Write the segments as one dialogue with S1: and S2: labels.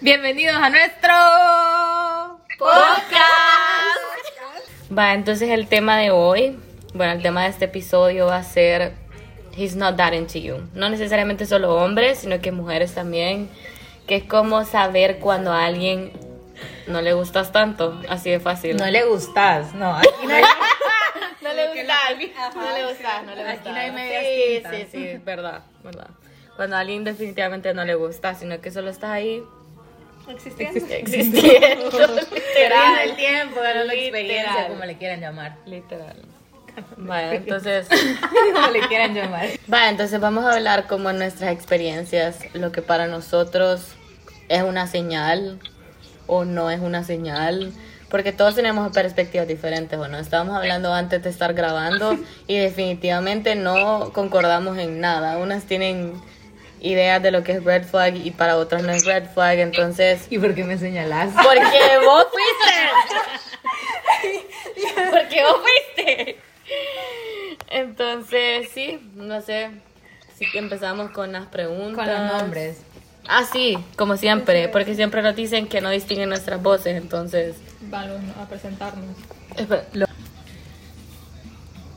S1: Bienvenidos a nuestro podcast.
S2: Va, entonces el tema de hoy, bueno, el tema de este episodio va a ser He's Not That Into You. No necesariamente solo hombres, sino que mujeres también. Que es como saber cuando a alguien no le gustas tanto, así de fácil.
S3: No le gustas, no. Aquí no hay-
S2: No le gustas,
S1: Ajá.
S2: no le gustas, no le gustas.
S1: Aquí no hay medias
S2: Sí,
S1: tintas.
S2: sí, sí, verdad, verdad. Cuando a alguien definitivamente no le gusta, sino que solo estás ahí
S1: Existiendo.
S2: existiendo.
S3: Perdiendo
S2: literal.
S3: el tiempo, ganando la experiencia,
S2: Literal.
S3: como le quieran llamar.
S2: Literal. Vale, entonces,
S3: como le quieran llamar.
S2: vale, entonces vamos a hablar como nuestras experiencias, lo que para nosotros es una señal o no es una señal, porque todos tenemos perspectivas diferentes o no. Estábamos hablando antes de estar grabando y definitivamente no concordamos en nada. Unas tienen ideas de lo que es red flag y para otras no es red flag, entonces
S3: ¿Y por qué me señalás?
S2: porque vos fuiste. Porque vos fuiste. Entonces, sí, no sé. Si empezamos con las
S3: Con
S2: preguntas.
S3: los nombres.
S2: Ah, sí, como siempre. Porque siempre nos dicen que no distinguen nuestras voces. Entonces,
S1: Vamos a presentarnos.
S2: espera, lo-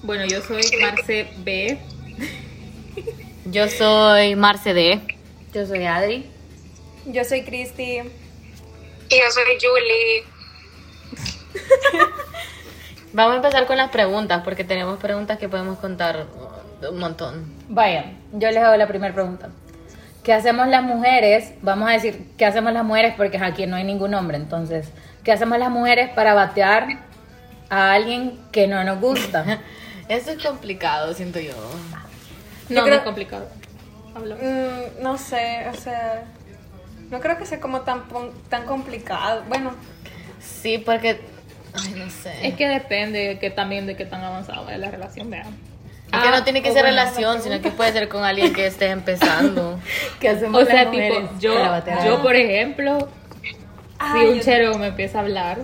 S1: Bueno, yo soy Marce B.
S2: yo soy Marce D.
S3: Yo soy Adri.
S1: Yo soy Cristi.
S4: Y yo soy Julie.
S2: Vamos a empezar con las preguntas. Porque tenemos preguntas que podemos contar uh, un montón.
S3: Vaya, yo les hago la primera pregunta. ¿Qué hacemos las mujeres? Vamos a decir, ¿qué hacemos las mujeres? Porque aquí no hay ningún hombre, entonces. ¿Qué hacemos las mujeres para batear a alguien que no nos gusta?
S2: Eso es complicado, siento yo.
S1: No,
S5: Yo creo-
S1: no es complicado. Habla.
S5: Mm, no sé, o sea, no creo que sea como tan, pon- tan complicado. Bueno,
S2: Sí, porque. Ay, no sé.
S1: Es que depende que también de qué tan avanzada vaya la relación, vean.
S2: Es que Ah, no tiene que ser relación, sino que puede ser con alguien que estés empezando.
S3: ¿Qué hacemos
S1: O sea,
S3: las mujeres
S1: tipo, yo,
S3: para batear a
S1: yo
S3: alguien?
S1: por ejemplo,
S5: Ah,
S1: si un
S5: yo-
S1: chero me empieza a hablar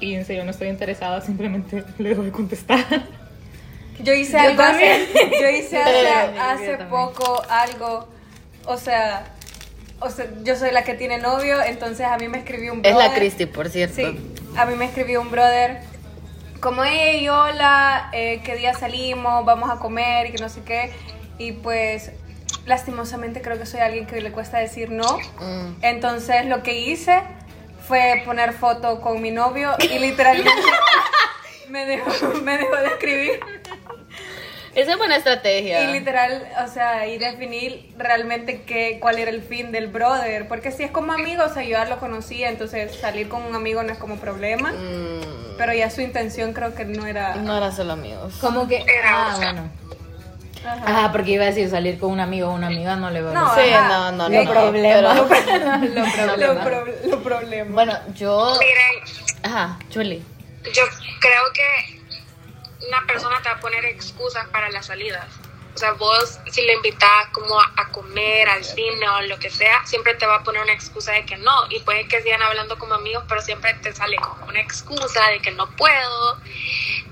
S1: y en serio no estoy interesada, simplemente le doy contestar.
S5: yo hice algo hace, yo hice hace,
S2: Yo
S5: hace poco algo, o sea, o sea, yo soy la que tiene novio, entonces a mí me escribió un
S2: Es
S5: brother.
S2: la Christie, por cierto.
S5: Sí, a mí me escribió un brother como, hey, hola, eh, qué día salimos, vamos a comer y que no sé qué. Y pues, lastimosamente creo que soy alguien que le cuesta decir no.
S2: Mm.
S5: Entonces lo que hice fue poner foto con mi novio y literalmente me dejó, me dejó de escribir.
S2: Esa es buena estrategia.
S5: Y literal, o sea, y definir realmente qué, cuál era el fin del brother. Porque si es como amigo, o sea, yo ya lo conocía, entonces salir con un amigo no es como problema.
S2: Mm,
S5: Pero ya su intención creo que no era...
S2: no eran solo amigos.
S3: Como que. Ah, bueno.
S5: Ajá.
S3: Ajá, porque iba a decir salir con un amigo o una amiga no le va a
S5: No,
S2: sí,
S5: ajá.
S2: no, no,
S3: Lo
S2: no.
S3: problema. Lo
S2: pero-
S5: Lo, pro- lo problema.
S2: bueno, yo.
S4: Miren,
S2: Ajá, Chuli.
S4: yo creo que una persona te va a poner excusas para las salidas. O sea, vos si le invitas como a, a comer, al cine o lo que sea, siempre te va a poner una excusa de que no. Y puede que sigan hablando como amigos, pero siempre te sale como una excusa de que no puedo.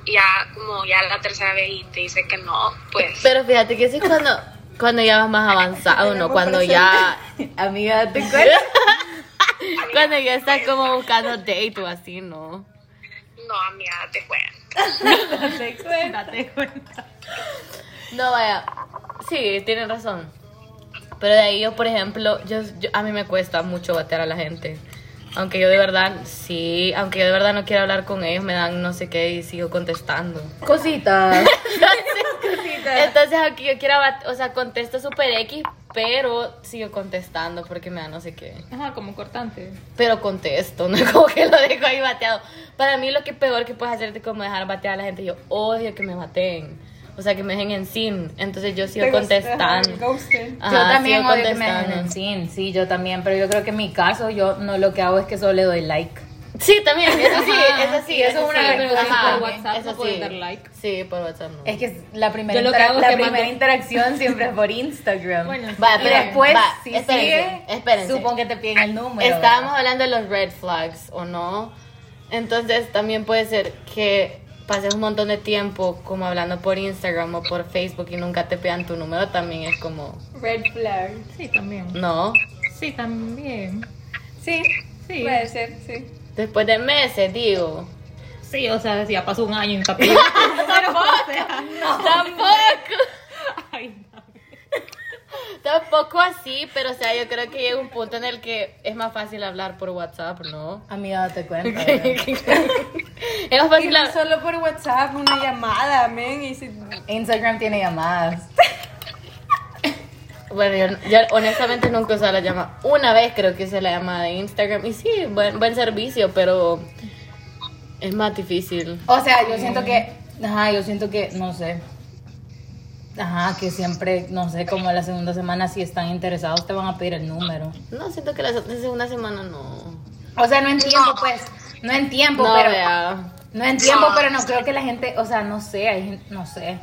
S4: Y ya como ya la tercera vez y te dice que no, pues...
S2: Pero fíjate que eso es cuando, cuando ya vas más avanzado, ¿no? Cuando ya.
S3: Amiga, date cuenta.
S2: Cuando ya estás como buscando date o así, ¿no?
S4: No, amiga, date
S3: Ah,
S4: cuenta.
S2: No, vaya. Sí, tienen razón. Pero de ahí yo, por ejemplo, yo, yo- a mí me cuesta mucho batear a la gente. Aunque yo de verdad, sí, aunque yo de verdad no quiero hablar con ellos, me dan no sé qué y sigo contestando.
S3: Cositas.
S2: Entonces, aunque yo quiera, bat- o sea, contesto super X, pero sigo contestando porque me dan no sé qué.
S1: Ajá, como cortante.
S2: Pero contesto, no es como que lo dejo ahí bateado. Para mí lo que peor que puedes hacer es como dejar batear a la gente. Yo odio que me bateen. O sea, que me dejen en sin. Entonces yo sigo
S5: Te gust- ajá,
S2: contestando.
S5: el ghosting.
S2: Ajá,
S3: yo también
S2: sigo
S3: odio que me dejen
S2: contestando.
S3: en sin, sí, yo también, pero yo creo que en mi caso yo no lo que hago es que solo le doy like.
S2: Sí, también, eso sí, eso sí,
S3: y eso es una
S2: sí,
S3: ventaja.
S2: ajá,
S3: Por
S1: WhatsApp
S2: eso
S1: no puedes
S2: sí.
S1: dar like.
S2: Sí, por WhatsApp no.
S3: Es que es la primera,
S1: Yo lo que
S3: intera-
S1: hago es
S3: la
S1: que
S3: primera
S1: mando-
S3: interacción siempre es por Instagram.
S1: Bueno, sí.
S2: Va,
S3: y
S2: pero-
S3: después,
S2: va,
S3: si
S2: espérense,
S3: sigue,
S2: espérense.
S3: supongo que te piden el número.
S2: Estábamos
S3: ¿verdad?
S2: hablando de los red flags, ¿o no? Entonces también puede ser que pases un montón de tiempo como hablando por Instagram o por Facebook y nunca te pidan tu número, también es como,
S5: Red flag.
S1: Sí, también.
S2: no.
S1: Sí, también.
S5: Sí,
S1: Sí.
S5: puede ser, sí.
S2: Después de meses, digo.
S1: Sí, o sea, si ya pasó un año y nunca pidió. Pero, o sea,
S2: Tampoco.
S1: ay, no.
S2: Tampoco así, pero o sea, yo creo que llega un punto en el que es más fácil hablar por WhatsApp, ¿no?
S3: Amiga, date cuenta. ¿verdad?
S2: es más
S1: Pues
S2: fácil
S5: Y
S2: hablar.
S5: solo por WhatsApp, una llamada, men. Y si...
S3: Instagram tiene llamadas.
S2: Bueno, yo, yo honestamente nunca usaba la llamada. Una vez creo que usé la llamada de Instagram. Y sí, buen, buen servicio, pero es más difícil.
S3: O sea, yo siento que, ajá, yo siento que, no sé. Ajá, que siempre, no sé, como la segunda semana, si están interesados, te van a pedir el número.
S2: No, siento que la se- segunda semana no.
S3: O sea, no en tiempo, pues. No en tiempo,
S2: No,
S3: pero.
S2: vea.
S3: No en tiempo, pero no creo que la gente, o sea, no sé, hay gen- no sé.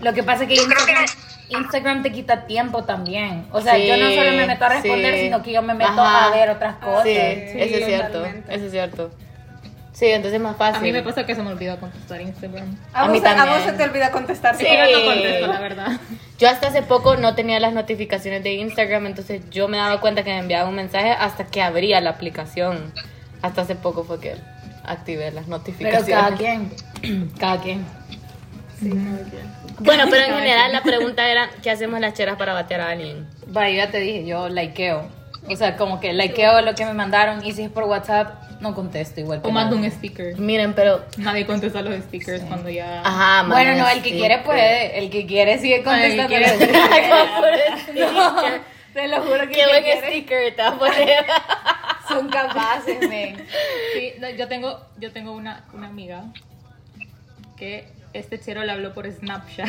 S3: Lo que pasa es que Instagram, Instagram te quita tiempo también. O sea,
S2: Sí,
S3: yo no solo me meto a responder,
S2: sí.
S3: sino que yo me meto
S2: Ajá.
S3: a ver otras cosas.
S2: Sí,
S5: sí,
S2: eso es cierto.
S5: totalmente.
S2: Eso es cierto. Sí, entonces es más fácil.
S1: A mí me pasa que se me olvidó contestar Instagram.
S5: A,
S2: A
S5: vos,
S2: mí
S5: a
S2: también.
S5: vos se te olvida contestar.
S2: Sí.
S5: pero
S1: Yo no contesto, la verdad.
S2: Yo hasta hace poco no tenía las notificaciones de Instagram, entonces yo me daba cuenta que me enviaba un mensaje hasta que abría la aplicación. Hasta hace poco fue que activé las
S3: Pero
S2: notificaciones.
S3: cada quien, cada quien.
S2: Bueno, pero en general la pregunta era, ¿qué hacemos las cheras para batear a alguien?
S3: Vaya, yo ya te dije, yo likeo. O sea, como que likeo lo que me mandaron y si es por WhatsApp, no contesto igual. que
S1: O mando
S3: nadie.
S1: un sticker.
S2: Miren, pero...
S1: Nadie contesta los stickers cuando ya.
S2: Ajá, man,
S3: Bueno, no, el que
S2: sí,
S3: quiere
S2: pero-
S3: puede, el que quiere sigue contestando.
S2: quiere-
S3: los stickers.
S2: Como por sticker.
S3: No, te lo juro que
S2: Qué
S3: el que
S2: buen
S3: quiere
S2: sticker te va a poner.
S3: son capaces, men.
S1: Sí, no, yo tengo, yo tengo una, una amiga que este chero le habló por Snapchat.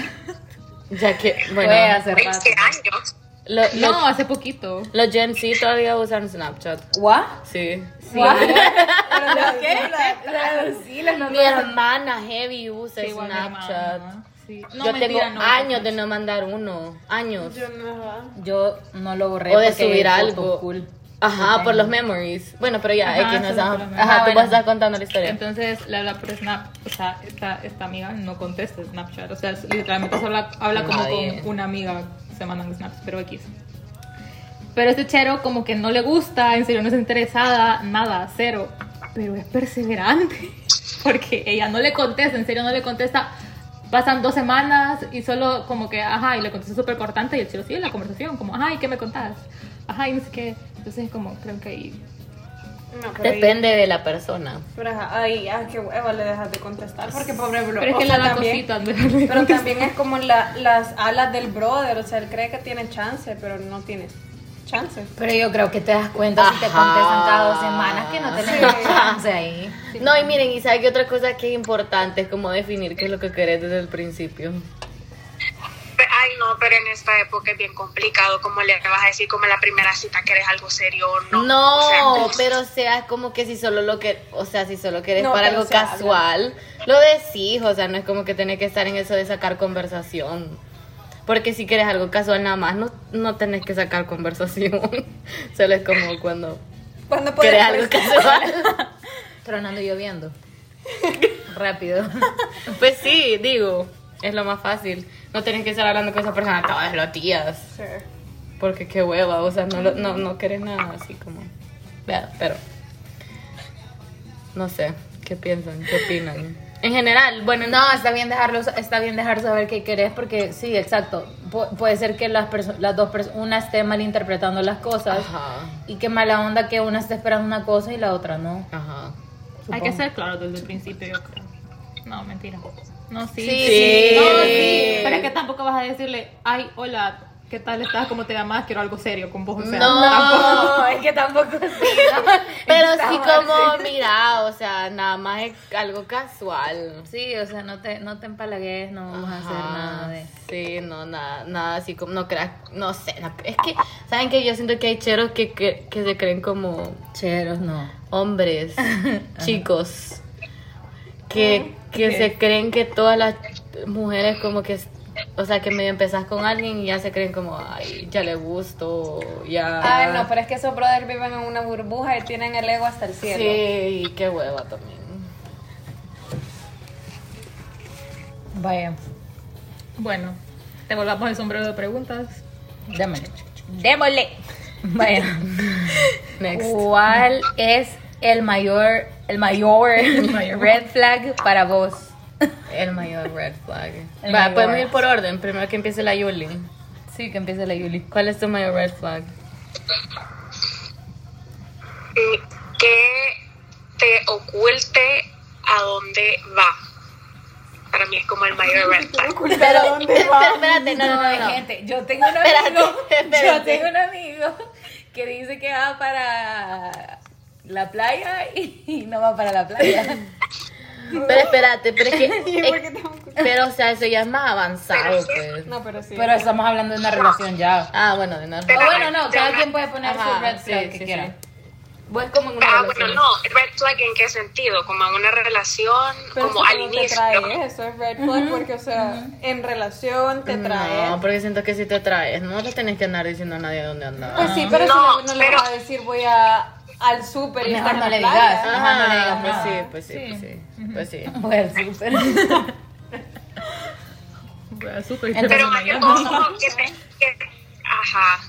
S2: Ya que, bueno,
S3: Puede hacer rato.
S4: 20 años.
S2: lo- lo-
S1: No, hace poquito.
S2: los Gen Z todavía usan Snapchat.
S3: ¿What?
S2: Sí.
S1: Sí.
S5: la- la-
S3: Traducí las
S2: Mi hermana heavy usa
S1: Sí, igual mi
S2: Snapchat.
S1: hermana, sí.
S2: yo
S1: mentira,
S2: tengo
S1: no,
S2: años de no mandar uno. Años.
S5: Yo no.
S3: Yo no lo borré.
S2: o de
S3: porque
S2: subir
S3: foto
S2: algo.
S3: Cool.
S2: Ajá,
S3: que tengo.
S2: por los memories. Bueno, pero ya,
S1: Ajá,
S2: X no
S1: solo
S2: estamos-
S1: por los
S2: Ajá,
S3: memories.
S2: tú
S3: Bueno.
S2: vas a estar contando la historia.
S1: Entonces le habla por Snap, o sea, esta, esta amiga no contesta Snapchat, o sea, es- literalmente solo habla, habla como
S2: Nadie.
S1: con una amiga, se mandan snaps, pero X. Pero este chero como que no le gusta, en serio no es interesada, nada, cero, pero es perseverante, porque ella no le contesta, en serio no le contesta, pasan dos semanas y solo como que, ajá, y le contesta súper cortante y el chero sigue la conversación, como, ajá, ¿y qué me contás? Ajá, y no sé qué, entonces como creo que ahí
S5: No, pero ahí-
S2: Depende de la persona.
S5: Pero ajá, ay, ah, qué huevo le dejas de contestar. Porque pobre bro.
S1: Pero es
S5: o
S1: que
S5: sea,
S1: le da
S5: también-
S1: cositas.
S5: Pero también es como la- las alas del brother, o sea, él cree que tiene chance, pero no tiene chance.
S3: Pero yo creo que te das cuenta si te
S2: Ajá.
S3: contestan cada dos semanas que no tenés chance ahí.
S2: No, y miren, y sabe que otra cosa que es importante es como definir qué es lo que querés desde el principio.
S4: Pe- Ay, no, pero en esta época es bien complicado. Como le vas a decir, como en la primera cita, que eres algo serio o no.
S2: No,
S4: O sea,
S2: pero o sea, es como que si solo lo que, o sea, si solo querés
S5: No,
S2: para
S5: pero
S2: algo
S5: se habla.
S2: casual, lo decís, o sea, no es como que tenés que estar en eso de sacar conversación. Porque si querés algo casual nada más, no, no tenés que sacar conversación. solo es como cuando
S5: Cuando
S2: querés
S5: puedes pues.
S2: algo casual.
S3: Tronando y lloviendo. Rápido.
S2: pues sí, digo, es lo más fácil. No tenés que estar hablando con esa persona todos los días.
S5: Sí.
S2: Porque qué hueva, o sea, no, lo- no, no querés nada así como. Vea, pero. No sé, ¿qué piensan? ¿Qué opinan? En general, bueno, no.
S3: No, está bien dejarlo, está bien dejar saber qué querés porque sí, exacto. Pu- puede ser que las, perso- las dos personas, una esté malinterpretando las cosas
S2: Ajá,
S3: y que mala onda que una esté esperando una cosa y la otra no.
S2: ajá.
S1: Hay que ser claro desde el principio, yo creo. No, mentira. No, sí.
S2: Sí. Sí.
S1: No, sí. Pero es que tampoco vas a decirle, ay, hola, ¿qué tal estás? ¿Cómo te llamas? Quiero algo serio con vos. O sea,
S2: No.
S1: tampoco.
S3: es que tampoco
S2: Pero sí, como, mira, o sea, nada más es algo casual.
S3: Sí, o sea, no te, no te empalagues, no vamos a hacer nada de...
S2: Sí, no, nada, nada así como, no creas, no sé, no- es que, ¿saben que Yo siento que hay cheros que, que, que se creen como
S3: Cheros, no.
S2: hombres, chicos, que, que se creen que todas las mujeres como que, es- o sea, que medio empezás con alguien y ya se creen como, ay, ya le gusto, ya...
S5: Ah, no, pero es que esos brothers viven en una burbuja y tienen el ego hasta el cielo.
S2: Sí, qué hueva también.
S3: Vaya,
S1: Bueno, te volvamos el sombrero de preguntas.
S3: démosle. Démosle. Vaya.
S2: Next.
S3: ¿Cuál es el mayor, el mayor,
S2: mayor.
S3: red flag para vos?
S2: El mayor red flag.
S3: El
S2: Va,
S3: mayor.
S2: podemos ir por orden. Primero que empiece la Yuli.
S3: Sí, que empiece la Yuli.
S2: ¿Cuál es tu mayor red flag?
S4: Mm, Que te oculte a dónde va. Para mí es como el mayor red flag.
S5: Pero dónde
S2: Pero espérate, no, no, no. no.
S3: gente, yo tengo un
S2: Espérate,
S3: amigo,
S2: espérate.
S3: yo tengo un amigo que dice que va para la playa y, y no va para la playa.
S2: Pero espérate, pero es que.
S5: ¿Y por
S2: eh,
S5: qué te ocultas?
S2: pero, o sea, eso ya es más avanzado, pues.
S5: No, pero sí.
S3: Pero estamos hablando de una relación ya.
S2: Ah, bueno, de nada.
S3: O Oh, bueno, no, cada
S4: Ajá,
S3: quien puede poner su red
S2: sí,
S3: flag que
S2: sí,
S3: quiera.
S1: Vos como en una
S4: Ah,
S1: relación.
S4: bueno, no. Red flag en qué sentido? Como en una relación,
S5: Pero
S4: como
S5: eso
S4: al
S5: no te
S4: inicio.
S5: trae ¿eh? eso, es red flag, porque, o sea, en relación te trae.
S2: No, porque siento que si te traes, no te tenés que andar diciendo a nadie dónde
S5: Pues
S2: andar.
S5: sí, pero
S4: No,
S5: eso no, no le
S4: pero-
S5: vas a decir voy a, al súper y
S3: Mejor
S5: estar en
S3: no
S5: la
S3: le
S5: playa.
S3: digas. Ajá, no le
S2: Ajá,
S3: digas
S2: pues sí,
S3: nada.
S2: pues sí, pues sí. Pues sí.
S3: Pues súper.
S4: Pero más que todo, como que te. que- ajá.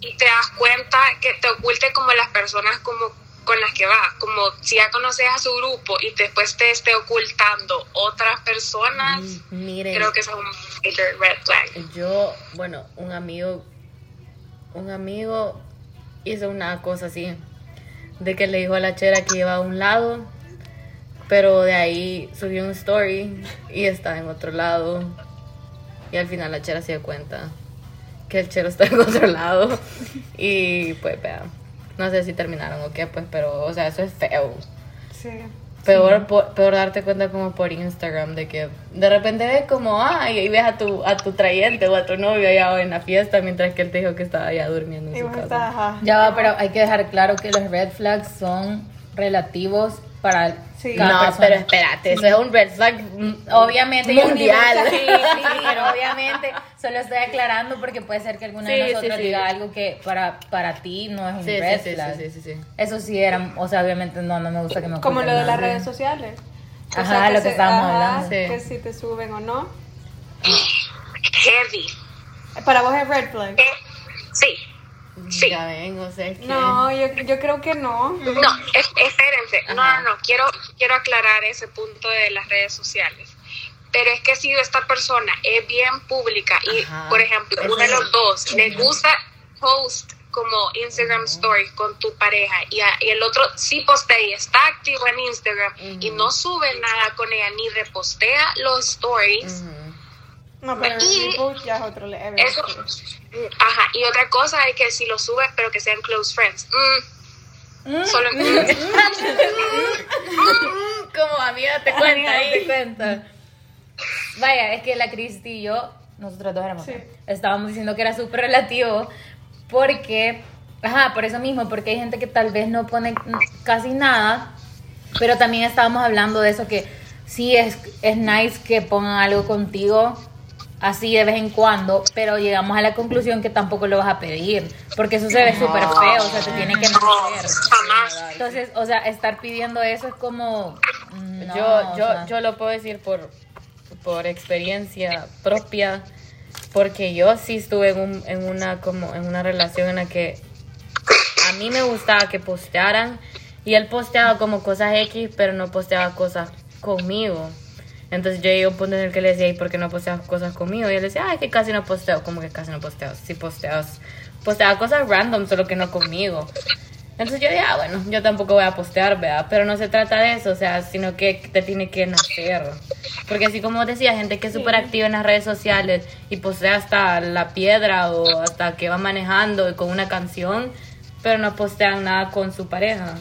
S4: Y te das cuenta que te oculte como las personas como con las que vas. Como si ya conoces a su grupo y después te esté ocultando otras personas.
S5: Mm,
S2: Miren.
S4: Creo que eso es un major red flag.
S2: Yo, bueno, un amigo, un amigo hizo una cosa así, de que le dijo a la chera que iba a un lado, pero de ahí subió un story y estaba en otro lado. Y al final la chera se dio cuenta que el chero estaba en otro lado. Y pues, vea, no sé si terminaron o qué, pues, pero, o sea, eso es feo.
S5: Sí.
S2: Peor, por- peor darte cuenta como por Instagram de que de repente ves como, ay, y ves a tu, a tu trayente o a tu novio allá en la fiesta mientras que él te dijo que estaba ya durmiendo en
S5: Y
S2: su
S5: vos
S2: casa.
S5: estás, ajá.
S3: Ya va, pero hay que dejar claro que los red flags son relativos para
S5: Sí.
S3: cada
S2: no,
S3: persona.
S2: pero espérate, eso es un red flag mm,
S3: Obviamente, yo
S2: mundial.
S3: Sí, sí, pero obviamente solo estoy aclarando porque puede ser que alguno
S2: Sí,
S3: de
S2: sí,
S3: nosotros
S2: sí.
S3: diga algo que para, para ti no es un
S2: Sí, sí,
S3: red
S2: sí,
S3: flag.
S2: sí, sí, sí, sí.
S3: Eso sí era, o sea, obviamente no, no me gusta que me
S5: Como
S3: oculten
S5: lo de
S3: nada.
S5: las redes sociales.
S3: Ajá, lo que estábamos hablando.
S2: Sí.
S5: Que si te suben o no.
S4: Heavy.
S5: Para vos es red flag.
S4: Eh, Sí. Sí.
S2: Ya ven, o sea, es que-
S5: No, yo, yo creo que no.
S4: No, es- espérense. No,
S2: Ajá.
S4: no, no. Quiero, quiero aclarar ese punto de las redes sociales. Pero es que si esta persona es bien pública y,
S2: Ajá.
S4: por ejemplo,
S2: Eso
S4: uno de
S2: es-
S4: los dos le gusta post como Instagram Stories con tu pareja y, a- y el otro sí postea y está activo en Instagram y no sube nada con ella ni repostea los stories,
S2: Ujú.
S5: No, pero
S4: Y-
S5: el reboot ya es otro level.
S4: Eso. Ajá. Y otra cosa es que si lo subes, pero que sean close friends. Mm. Solo en-
S2: Como amiga, te
S3: Amiga,
S2: cuenta
S3: te
S2: ahí.
S3: cuenta. Vaya, es que la Cristi y yo, nosotros dos éramos,
S5: Sí.
S3: estábamos diciendo que era súper relativo porque, ajá, por eso mismo, porque hay gente que tal vez no pone casi nada, pero también estábamos hablando de eso que sí es, es nice que pongan algo contigo así de vez en cuando, pero llegamos a la conclusión que tampoco lo vas a pedir, porque eso se ve súper feo, o sea, te tiene que
S4: No,
S3: meter.
S4: jamás.
S3: Entonces, o sea, estar pidiendo eso es como... mm, no,
S2: yo,
S3: o
S2: yo,
S3: sea.
S2: yo lo puedo decir por, por experiencia propia, porque yo sí estuve en, un- en una como en una relación en la que a mí me gustaba que postearan y él posteaba como cosas X, pero no posteaba cosas conmigo. Entonces yo llegué a un punto en el que le decía, ¿y por qué no posteas cosas conmigo? Y él decía, ah, es que casi no posteo. como que casi no posteo? Sí posteas. Posteaba cosas random, solo que no conmigo. Entonces yo dije, ah, bueno, yo tampoco voy a postear, ¿verdad? Pero no se trata de eso, o sea, sino que te tiene que nacer. Porque así como decía, gente que es súper activa en las redes sociales y postea hasta la piedra o hasta que va manejando y con una canción, pero no postean nada con su pareja.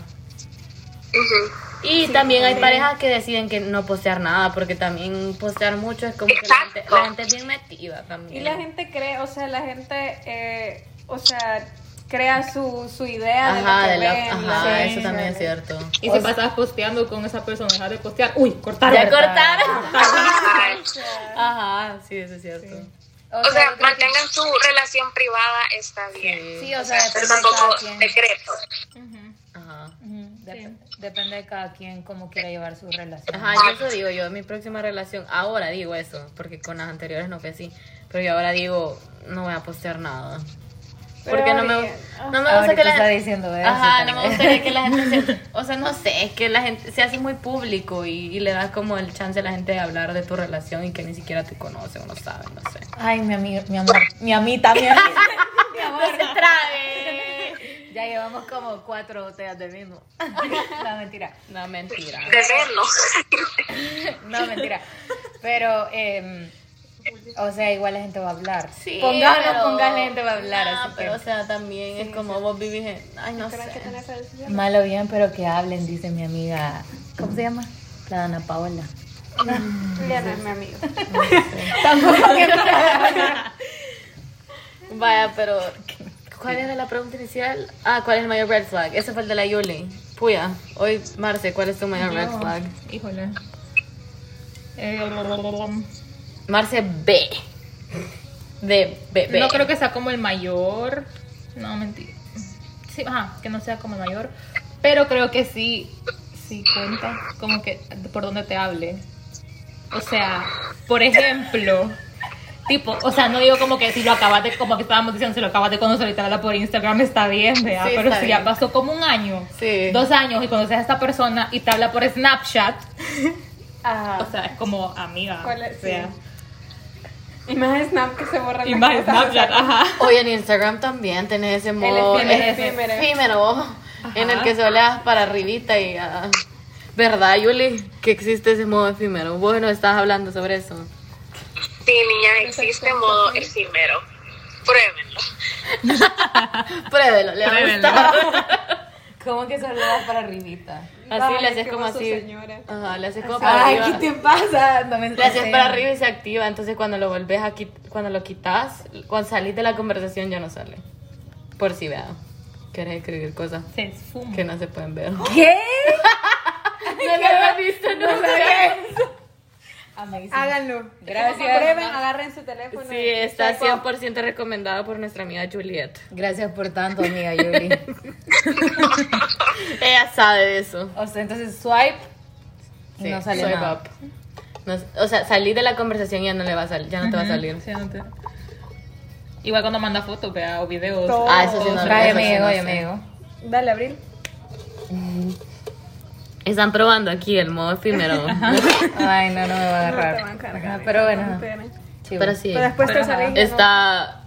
S4: Ujú.
S2: Y también hay parejas que deciden que no postear nada, porque también postear mucho es como que la gente,
S4: Exacto.
S2: la gente es bien metida también.
S5: Y la gente cree, o sea, la gente, eh, o sea, crea su, su idea
S2: Ajá,
S5: de
S2: de
S5: lo que
S2: la-
S5: ven,
S2: ajá,
S5: la-
S2: eso también es cierto.
S1: Y si pasabas posteando con esa persona, dejar de postear. Uy, cortar.
S2: Ya cortaron.
S4: Ay.
S2: Ajá, sí, eso es cierto.
S3: O
S4: O sea,
S3: creo que-
S4: mantengan su relación privada, está bien.
S3: Sí, o sea, depende
S4: Pero
S3: de
S4: tampoco
S3: cada quien.
S4: secreto.
S2: Ajá.
S3: Ujú, dep- Depende de cada quien cómo quiera llevar su relación.
S2: Ajá, yo eso digo yo, mi próxima relación, ahora digo eso, porque con las anteriores no fue así, pero yo ahora digo, no voy a postear nada. Porque no me,
S5: Pero
S2: gu- no me gusta
S3: Ahorita
S2: que la
S3: está
S2: gente...
S3: diciendo eso.
S2: Ajá, no me
S3: también.
S2: gustaría que la gente se... O sea, no sé, es que la gente se hace muy público y, y le das como el chance a la gente de hablar de tu relación y que ni siquiera te conoce o no sabe, no sé.
S3: Ay, mi amigo, mi amor, mi amita, mi amita. Ya llevamos como cuatro botellas de vino. No, mentira.
S2: No, mentira.
S4: De verlo.
S3: No, mentira. Pero, eh, o sea, igual la gente va a hablar.
S2: Sí,
S3: Con ganas,
S2: pero-
S3: con ganas la gente va a hablar.
S2: No,
S3: así que-
S2: pero o sea, también es como vos vivís en... Ay, no sé.
S3: Malo bien, pero que hablen, dice mi amiga. ¿Cómo se llama? La Ana Paola.
S5: Ya no es mi amigo.
S2: Vaya, pero ¿cuál era la pregunta inicial? Ah, ¿cuál es el mayor red flag? Ese fue el de la Yuli. Puya, hoy Marce, ¿cuál es tu mayor red flag?
S1: Híjole. Eh,
S2: Marce B. De bebé.
S1: No creo que sea como el mayor. No, mentira. Sí, ajá, que no sea como el mayor. Pero creo que sí, sí cuenta como que por donde te hable. O sea, por ejemplo, tipo, o sea, no digo como que si lo acabas de, como que estábamos diciendo, si lo acabas de conocer y te habla por Instagram está bien, ¿verdad?
S2: Sí,
S1: Pero
S2: está
S1: si
S2: bien.
S1: ya pasó como un año,
S2: Sí.
S1: dos años y conoces a esta persona y te habla por Snapchat, o sea, es como amiga.
S5: ¿Cuál es?
S1: O sea,
S5: Sí. Y más Snap que se borra.
S1: y más Snapchat, ajá.
S2: Hoy en Instagram también tenés ese modo
S1: efímero,
S2: ef-
S5: efímero.
S2: efímero, en el que soleas para arribita y... ah, ¿Verdad, Yuli? Que existe ese modo efímero. Vos no estás hablando sobre eso.
S4: Sí, niña, existe modo efímero. Pruébenlo.
S2: Pruébelo, le va a
S1: Pruébenlo.
S2: gustar.
S3: ¿Cómo que solo das para arribita?
S2: Así
S5: Ay,
S2: le haces
S5: qué
S2: como
S5: oso,
S2: así.
S5: señora.
S2: Ajá, le haces como para
S3: Ay,
S2: arriba.
S3: ¿qué te pasa? No me
S2: Le haces
S3: enseñes.
S2: para arriba y se activa. Entonces cuando lo volvés a quit- cuando lo quitas, cuando salís de la conversación ya no sale. Por si vea. Querés escribir cosas
S1: Se esfuma.
S2: que no se pueden ver.
S3: ¿Qué?
S2: No lo había visto nunca.
S5: Háganlo.
S3: Gracias.
S5: Prueben, agarren su teléfono.
S2: Sí, está 100% recomendado por nuestra amiga Juliet.
S3: Gracias por tanto, amiga Yuri.
S2: Ella sabe de eso.
S3: O sea, entonces swipe y
S2: Sí,
S3: no sale
S2: swipe
S3: nada.
S2: up. No s- o sea, salí de la conversación y ya no, le va a sal- ya no te va a
S1: Ujú,
S2: salir.
S1: sí, no te- Igual cuando manda fotos, vea, o videos.
S5: Todo.
S2: Ah, eso sí, no.
S3: Trae
S2: eso sí,
S3: amigo,
S2: no
S3: y
S2: sé.
S3: amigo.
S5: Dale, Abril.
S2: Están probando aquí el modo efímero.
S3: Ay, no, no me va a
S5: No te van a
S3: agarrar.
S5: cargar.
S3: Ajá, pero bueno,
S5: No te van a-
S3: chivo.
S2: Pero sí.
S5: Pero después Pues te
S1: Pero
S5: salís. ya no.
S2: Está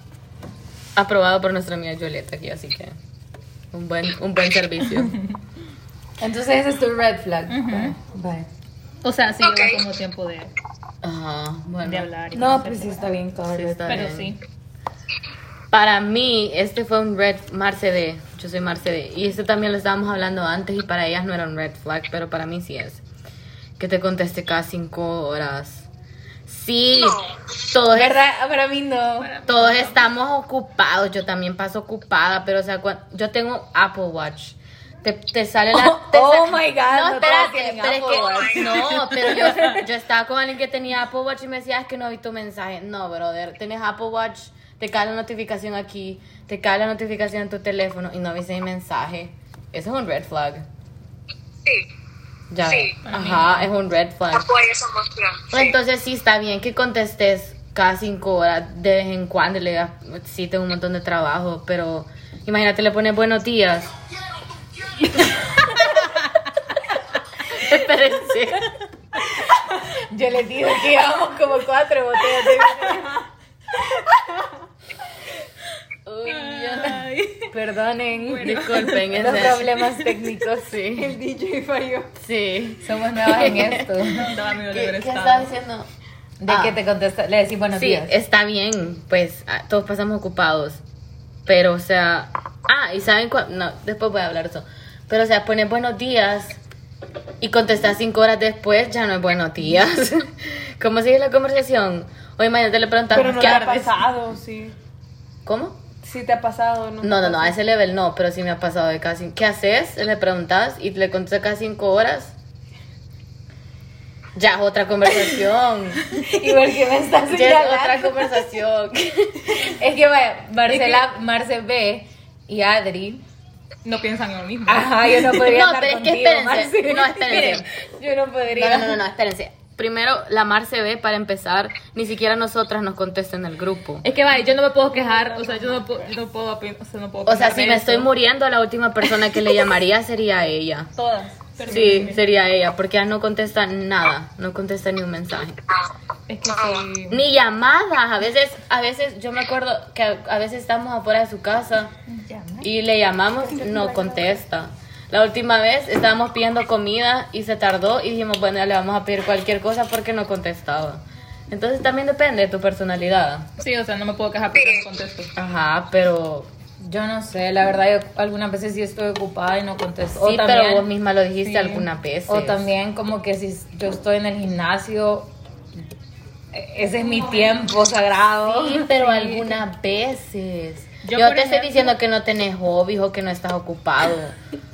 S2: aprobado por nuestra amiga Julieta aquí, así que un buen, un buen servicio.
S3: Entonces ese es tu red flag. Bye.
S1: O sea, sí
S4: Ok.
S1: lleva como tiempo de,
S2: Ajá,
S1: de
S2: bueno.
S1: hablar. y
S3: No,
S1: conocerse.
S3: pues sí está bien todo.
S2: Sí,
S3: red
S2: está
S1: Pero
S2: bien.
S1: sí.
S2: Para mí, este fue un red Marce D. Yo soy Marce D. Y este también lo estábamos hablando antes y para ellas no era un red flag, pero para mí sí es. Que te conteste cada cinco horas. Sí, todos
S3: ¿Verdad? Para mí no.
S2: Todos estamos ocupados, yo también paso ocupada, pero o sea, cuan- yo tengo Apple Watch. Te, te sale la.
S3: Oh,
S2: te sa-
S3: oh my God,
S2: No,
S3: no todos
S2: espérate,
S3: tienen
S2: pero es
S3: Apple
S2: que. No, pero yo, yo estaba con alguien que tenía Apple Watch y me decía, es que no vi tu mensaje. No, brother, tienes Apple Watch, te cae la notificación aquí, te cae la notificación en tu teléfono y no viste mi mensaje. Eso es un red flag.
S4: Sí,
S2: Ya.
S4: Sí,
S2: ves.
S1: para mí.
S2: Ajá, es un red flag.
S4: apoya esa mostrón.
S2: Entonces sí está bien que contestes cada cinco horas de vez en cuando y le digas, sí, tengo un montón de trabajo, pero imagínate le pones buenos días. Espérense.
S3: Yo les digo que llevamos como cuatro botellas de vino.
S2: Uy, yo no-
S3: Perdonen.
S2: Disculpen,
S3: Los
S2: ese-
S3: problemas técnicos.
S2: Sí,
S5: El DJ falló.
S2: sí.
S3: Somos nuevas en esto. De
S1: Estaba medio de
S2: ¿Qué,
S1: haber
S2: qué
S1: estado.
S2: estaba diciendo? Ah.
S3: que te contesta, le decís buenos
S2: Sí,
S3: días.
S2: está bien, pues ah, todos pasamos ocupados. Pero, o sea, ah, y saben cuál. No, después voy a hablar de eso. Pero, o sea, poner buenos días y contestar cinco horas después ya no es buenos días. ¿Cómo sigue la conversación? Hoy mañana te le preguntas
S5: Pero no
S2: ¿qué
S5: te ha
S2: haces?
S5: pasado, sí.
S2: ¿Cómo?
S5: Sí te ha pasado, ¿no?
S2: No, no, no, a ese level no, pero sí me ha pasado de casi. ¿Qué haces? Le preguntas y le contestas cada cinco horas. Ya es otra conversación.
S3: ¿Y por qué me estás
S2: ya es
S3: señalando?
S2: otra conversación.
S3: Es que vaya, Marcela, Marce B y Adri.
S1: No piensan en lo mismo.
S2: Ah.
S3: Ajá, yo no podría
S2: No,
S3: estar
S2: pero es que
S3: contigo,
S2: espérense,
S3: Marce.
S2: no, espérense.
S3: Yo no podría.
S2: No, no, no, no, espérense. Pri- primero la Mar se ve para empezar, ni siquiera nosotras nos contesta en el grupo.
S1: Es que vaya, yo no me puedo quejar, o sea, yo no, puedo- no puedo, opin- o sea, no puedo
S2: O sea,
S1: opinar
S2: si
S1: de
S2: me
S1: eso.
S2: estoy muriendo, la última persona que le llamaría sería ella.
S1: Todas.
S2: Sí,
S1: perdónenme.
S2: sería ella, porque ella no contesta nada, no contesta ni un mensaje.
S1: Es que sí.
S2: Ni llamadas, a veces, a veces, yo me acuerdo que a, a veces estamos afuera de su casa y le llamamos, no contesta. La última vez estábamos pidiendo comida y se tardó y dijimos, bueno, ya le vamos a pedir cualquier cosa porque no contestaba. Entonces también depende de tu personalidad.
S1: Sí, o sea, no me puedo quejar porque no contesto.
S2: Ajá, pero
S3: Yo no sé, la verdad, yo algunas veces sí estoy ocupada y no contesto.
S2: sí,
S3: o también,
S2: pero vos misma lo dijiste
S1: sí.
S2: alguna vez.
S3: O también como que si yo estoy en el gimnasio, e- ese es mi tiempo sagrado.
S2: Sí, pero algunas veces. Yo,
S1: Yo,
S2: te
S1: por
S2: estoy
S1: ejemplo-
S2: diciendo que no tenés hobbies o que no estás ocupado.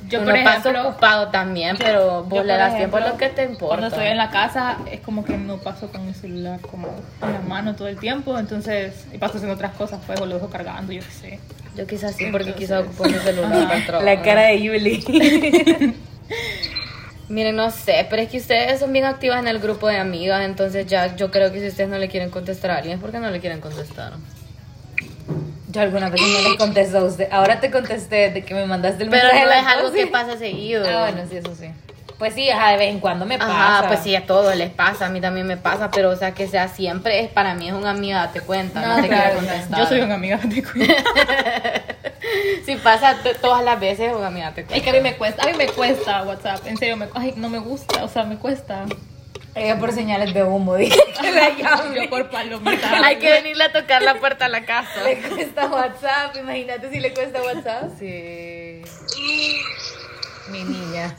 S1: Yo,
S2: Uno
S1: por
S2: pasa
S1: ejemplo-
S2: ocupado también, pero vos
S1: Yo,
S2: le
S1: por
S2: das tiempo
S1: ejemplo,
S2: a lo que te importa.
S1: Cuando estoy en la casa, es como que no paso con mi celular como en la mano todo el tiempo, entonces, y paso haciendo otras cosas, pues, o lo dejo cargando, yo qué sé.
S2: Yo quizás sí, porque quizás ocupo mi celular para el trabajo.
S3: La cara de Yuli.
S2: Miren, no sé, pero es que ustedes son bien activas en el grupo de amigas, entonces ya yo creo que si ustedes no le quieren contestar a alguien es porque no le quieren contestar.
S3: Yo alguna vez no les contesto a usted. Ahora te contesté de que me mandaste el
S2: Pero
S3: mensaje.
S2: no
S3: a
S2: es
S3: las
S2: algo
S3: 12.
S2: que pasa seguido.
S3: Ah, bueno, sí, eso sí. Pues sí, ajá, de vez en cuando me pasa.
S2: Ajá, pues sí, a todos les pasa, a mí también me pasa, pero o sea, que sea siempre, es para mí es una amiga, date cuenta, no,
S3: No,
S2: te
S3: claro,
S2: quiero contestar.
S1: Yo soy una amiga, te cuento.
S2: Si pasa t- todas las veces, una amiga, te
S1: Es
S2: cuenta.
S1: que a mí me cuesta, a mí me cuesta WhatsApp, en serio, me, ay, no me gusta, o sea, me cuesta.
S3: Ella por señales de humo, dije. que la llame.
S1: Yo por palomita.
S2: Hay que venirle a tocar la puerta a la casa.
S3: Le cuesta WhatsApp, imagínate si le cuesta WhatsApp.
S2: Sí.
S3: este, Mi niña.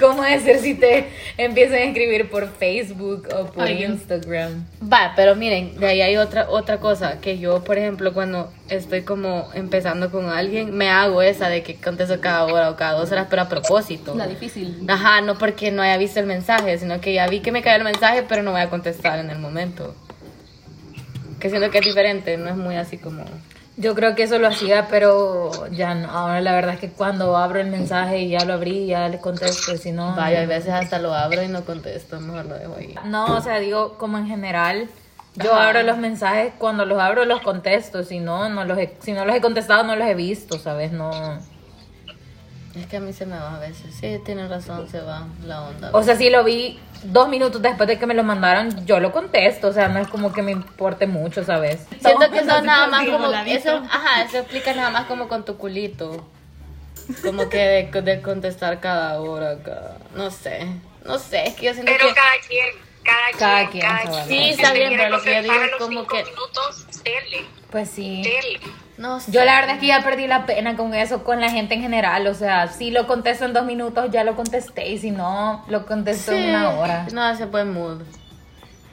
S3: ¿Cómo de ser si te empiezan a escribir por Facebook o por
S1: Ay, Dios.
S3: Instagram?
S2: Va, pero miren, de ahí hay otra otra cosa que yo, por ejemplo, cuando estoy como empezando con alguien, me hago esa de que contesto cada hora o cada dos horas, pero a propósito.
S1: La difícil.
S2: Ajá, no porque no haya visto el mensaje, sino que ya vi que me cayó el mensaje, pero no voy a contestar en el momento. Que siento que es diferente, no es muy así como...
S3: Yo creo que eso lo hacía, pero ya no. Ahora la verdad es que cuando abro el mensaje y ya lo abrí, ya le contesto, si no...
S2: Vaya, hay veces hasta lo abro y no contesto, mejor lo dejo ahí.
S3: No, o sea, digo, como en general, yo abro los mensajes, cuando los abro los contesto, si no, no los he- si no los he contestado, no los he visto, ¿sabes? No...
S2: Es que a mí se me va a veces. Sí, tienen razón, se va la onda.
S3: O sea, si lo vi dos minutos después de que me lo mandaron, yo lo contesto. O sea, no es como que me importe mucho, ¿sabes?
S2: Siento que eso nada más
S1: contigo,
S2: como...
S1: la
S2: Eso, ajá, eso explica nada más como con tu culito. Como que de, de contestar cada hora, cada... No sé, no sé, es que yo siento
S4: Pero
S2: que...
S4: cada quien, cada quien,
S3: Cada quien,
S4: cada
S3: chaval.
S4: quien.
S2: Sí,
S4: Si
S2: está
S4: te
S2: bien,
S4: quiere
S2: pero lo que yo digo es
S4: contestar a los
S2: como
S4: cinco
S2: que-
S4: minutos, dele,
S3: Pues sí.
S4: dele.
S2: No sé.
S3: Yo la verdad es que ya perdí la pena con eso, con la gente en general. O sea, si lo contesto en dos minutos, ya lo contesté. Y si no, lo contesto en una hora.
S2: No, ese buen mood.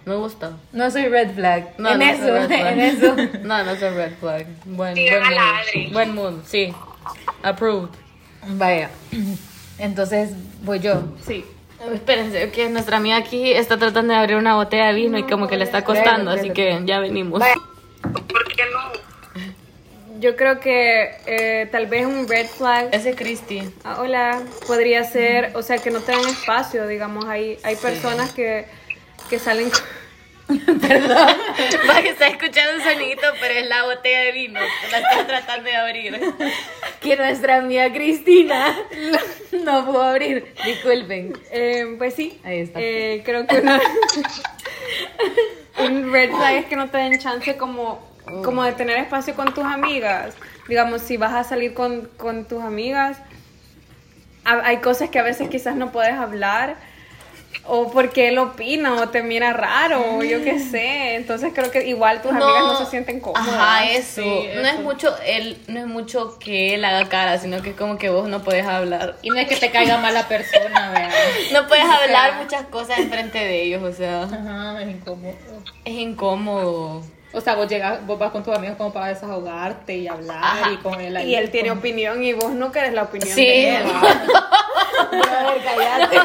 S2: Me gusta.
S3: No soy red flag.
S2: No,
S3: en
S2: no soy
S3: eso,
S2: red flag.
S3: en eso.
S2: No, no soy red flag. Buen,
S4: Tira
S2: buen
S4: a la Adri.
S2: mood. Buen mood, sí. Approved.
S3: Vaya. Entonces, voy yo.
S1: Sí.
S2: Espérense, que nuestra amiga aquí está tratando de abrir una botella de vino y como que le está costando, así que ya venimos.
S4: ¿Por qué no?
S5: Yo creo que eh, tal vez un red flag.
S2: Ese es Christy.
S5: Ah, hola, podría ser, o sea, que no te dan espacio, digamos. Hay, hay personas que, que salen. con-
S2: Va que está escuchando un sonidito, pero es la botella de vino. La está tratando de abrir.
S3: Que nuestra amiga Cristina no pudo abrir. Disculpen.
S5: Eh, pues sí,
S3: Ahí está.
S5: Eh, creo que una- un red flag es que no te den chance como, como de tener espacio con tus amigas. Digamos, si vas a salir con, con tus amigas, ha- hay cosas que a veces quizás no puedes hablar. O porque él opina o te mira raro, o yo qué sé. Entonces creo que igual tus amigas no se sienten cómodas.
S2: Ajá, Ah, eso.
S1: Sí,
S2: No es mucho él, no es mucho que él haga cara, sino que es como que vos no podés hablar.
S1: Y no es que te caiga mala persona, vea.
S2: No puedes hablar muchas cosas enfrente de ellos, o sea,
S1: Ajá, es incómodo.
S2: es incómodo.
S1: O sea, vos llegas, vos vas con tus amigos como para desahogarte y hablar
S2: Ajá.
S1: y con él ahí.
S5: Y él tiene opinión y vos no querés la opinión
S2: Sí.
S5: de él.
S3: Cállate.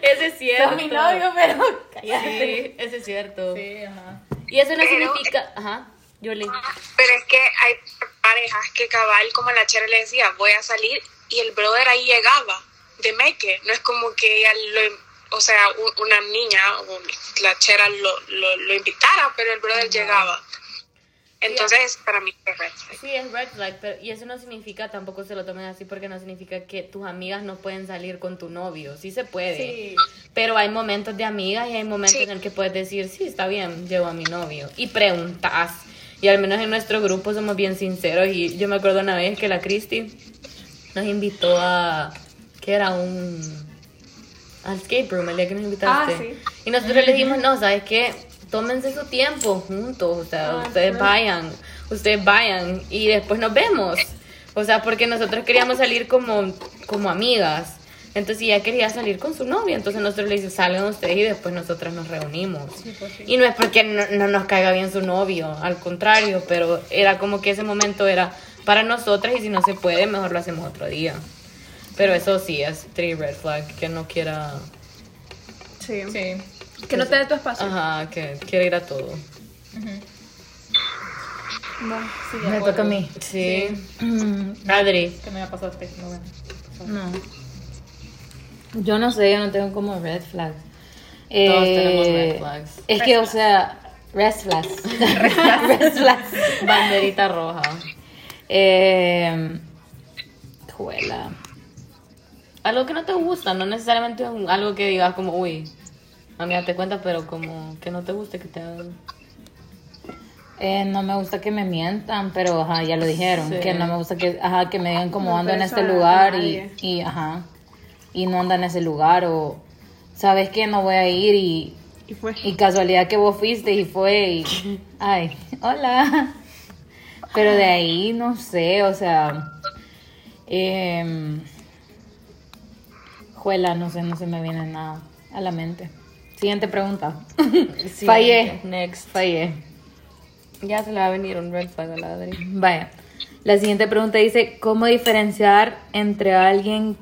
S2: Ese es cierto.
S3: Son mi novio, pero
S2: Sí, ese es cierto.
S1: Sí, ajá.
S2: Y eso no
S4: Pero- eh,
S2: significa, ajá, yo le
S4: Pero es que hay parejas que cabal, como la Chera le decía, voy a salir y el brother ahí llegaba de meque. No es como que ella lo, o sea, u- una niña, o la chera lo, lo, lo invitara, pero el brother llegaba. Entonces, para mí fue red flag.
S2: Sí, es red flag, pero y eso no significa, tampoco se lo tomen así porque no significa que tus amigas no pueden salir con tu novio, sí se puede,
S1: Sí.
S2: pero hay momentos de amigas y hay momentos
S4: Sí.
S2: en el que puedes decir, sí, está bien, llevo a mi novio, y preguntas, y al menos en nuestro grupo somos bien sinceros, y yo me acuerdo una vez que la Christy nos invitó a, que era un, al escape room el día que nos invitaste,
S5: Ah, sí.
S2: y nosotros le dijimos, no, ¿sabes qué? Tómense su tiempo juntos, o sea,
S5: Ah,
S2: ustedes vayan, ustedes vayan y después nos vemos. O sea, porque nosotros queríamos salir como, como amigas. Entonces ella quería salir con su novia, entonces nosotros le dijimos, salgan ustedes y después nosotras nos reunimos.
S5: pues
S2: Y no es porque no, no nos caiga bien su novio, al contrario, pero era como que ese momento era para nosotras y si no se puede, mejor lo hacemos otro día. Pero eso sí, es three red flag, que no quiera...
S5: Sí.
S1: Sí.
S5: Que no te dé tu espacio.
S2: Ajá, que quiere ir a todo.
S5: Bueno, sí, ya.
S3: Me toca a mí.
S2: Sí.
S3: Mm,
S2: Adri.
S1: Que me ha pasado este. No, bueno.
S3: No. Yo no sé, yo no tengo como red flags. Todos
S2: Eh, tenemos red flags.
S3: Es que, o sea, red flags. red flags.
S2: Banderita roja.
S3: Eh, juela.
S2: Algo que no te gusta, no necesariamente un- algo que digas como, uy, amiga, te cuentas, pero como que no te guste que te hagan.
S3: Eh, no me gusta que me mientan, pero ajá, ya lo dijeron,
S2: Sí.
S3: que no me gusta que, ajá, que me digan cómo
S5: No,
S3: ando
S5: pero
S3: en
S5: eso
S3: este
S5: a- a
S3: lugar y,
S5: nadie.
S3: y, ajá, y no anda en ese lugar o sabes que no voy a ir y,
S5: Y fue.
S3: y casualidad que vos fuiste y fue y, ay, hola. Pero de ahí no sé, o sea, em, juela, no sé, no se me viene nada a la mente. Siguiente pregunta. Fallé.
S2: Next.
S3: Fallé.
S2: Ya se le va a venir un red flag a la Adri.
S3: Vaya, la siguiente pregunta dice, ¿cómo diferenciar entre alguien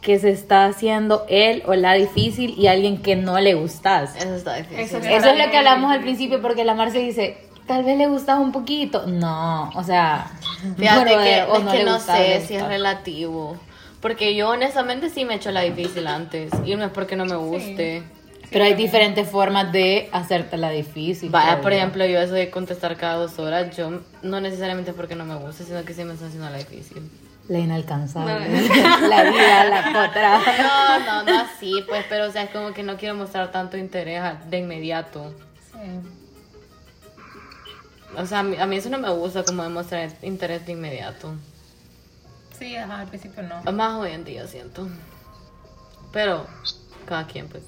S3: que se está haciendo él o la difícil y alguien que no le gustas?
S2: Eso está difícil.
S5: Eso
S3: Eso es lo que hablamos al principio porque la Marce dice, tal vez le gustas un poquito. No, o sea,
S2: Fíjate
S3: brother,
S2: que,
S3: o
S2: es que
S3: le
S2: no
S3: gustas, le
S2: sé
S3: gustas.
S2: si es relativo. Porque yo honestamente sí me he hecho la difícil antes. Y no es porque no me guste.
S3: Pero hay diferentes formas de hacértela difícil.
S2: Vaya,
S3: creo
S2: por
S3: yo.
S2: ejemplo, yo eso de contestar cada dos horas, yo no necesariamente porque no me gusta, sino que sí me está haciendo la difícil.
S3: La inalcanzable. la vida, la potra.
S2: No, no, no así, pues, pero o sea, es como que no quiero mostrar tanto interés a- de inmediato. O sea, a mí, a mí eso no me gusta, como demostrar interés de inmediato.
S1: Sí, ajá, al principio no.
S2: Más hoy en día, siento. Pero, cada quien, pues.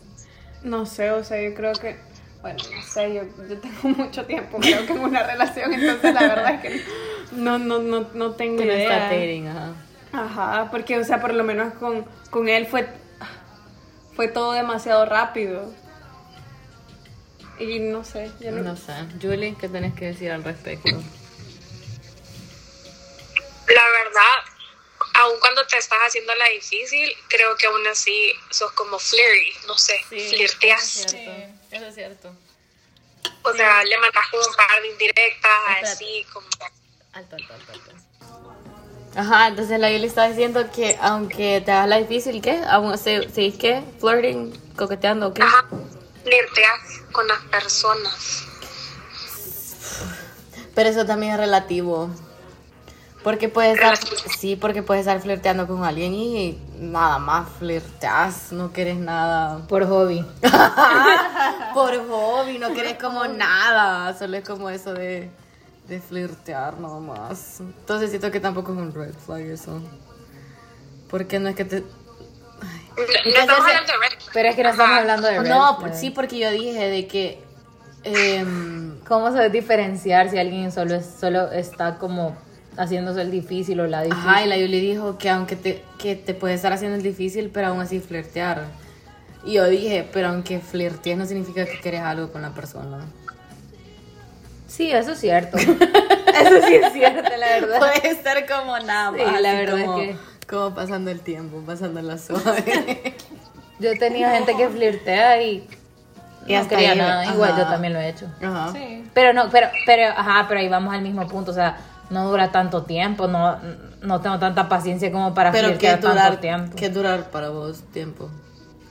S5: No sé, o sea, yo creo que. Bueno, no sé, yo, yo tengo mucho tiempo, creo que en una relación, entonces la verdad es que no, no, no, no tengo
S2: Que no está
S5: idea.
S2: dating, ajá.
S5: Ajá, porque, o sea, por lo menos con, con él fue, fue todo demasiado rápido. Y no sé, yo no,
S2: No sé. Julie, ¿qué tenés que decir al respecto?
S4: La verdad, aun cuando te estás haciendo la difícil, creo que aún así sos como flirty, no sé, flirteas.
S2: eso es cierto.
S4: O sea, le mandas como un par de indirectas, así como...
S2: Alto, alto, alto, alto. Ajá, entonces la Yuli está diciendo que aunque te hagas la difícil, ¿qué? Aún se, ¿Seguís qué? ¿Flirting? ¿Coqueteando? o ¿Qué?
S4: Ajá, flirteas con las personas.
S2: Pero eso también es relativo. Porque puedes estar, sí, porque puedes estar flirteando con alguien y nada más flirteas, no quieres nada
S3: Por hobby.
S2: por hobby, no quieres como nada, solo es como eso de, de flirtear nada más. Entonces siento que tampoco es un red flag eso. Porque no es que te...
S4: No, no estamos
S2: Entonces,
S4: hablando de red flag.
S3: Pero es que no estamos hablando de red
S2: Pues No,
S3: flag.
S2: por- sí, porque yo dije de que... em,
S3: ¿Cómo sabes diferenciar si alguien solo, es- solo está como haciéndose el difícil o la difícil?
S2: Ajá, y la Yuli dijo que aunque te, que te puede estar haciendo el difícil, pero aún así flirtear. Y yo dije, pero aunque flirtees no significa que quieres algo con la persona.
S3: Sí, eso es cierto. eso sí es cierto, la verdad.
S2: Puede estar como nada
S3: Sí,
S2: más,
S3: la
S2: así
S3: verdad es
S2: como,
S3: que-
S2: como pasando el tiempo, pasando la suave.
S3: Yo he tenido gente que flirtea y,
S2: Y
S3: no
S2: hasta
S3: quería
S2: ahí,
S3: nada. Igual
S2: ajá.
S3: yo también lo he hecho.
S2: Ajá.
S3: Pero no, pero, pero, ajá, pero ahí vamos al mismo punto. O sea, no dura tanto tiempo, no, no tengo tanta paciencia como para
S2: Pero que
S3: flirtear tanto
S2: durar,
S3: tiempo.
S2: ¿qué durar para vos tiempo?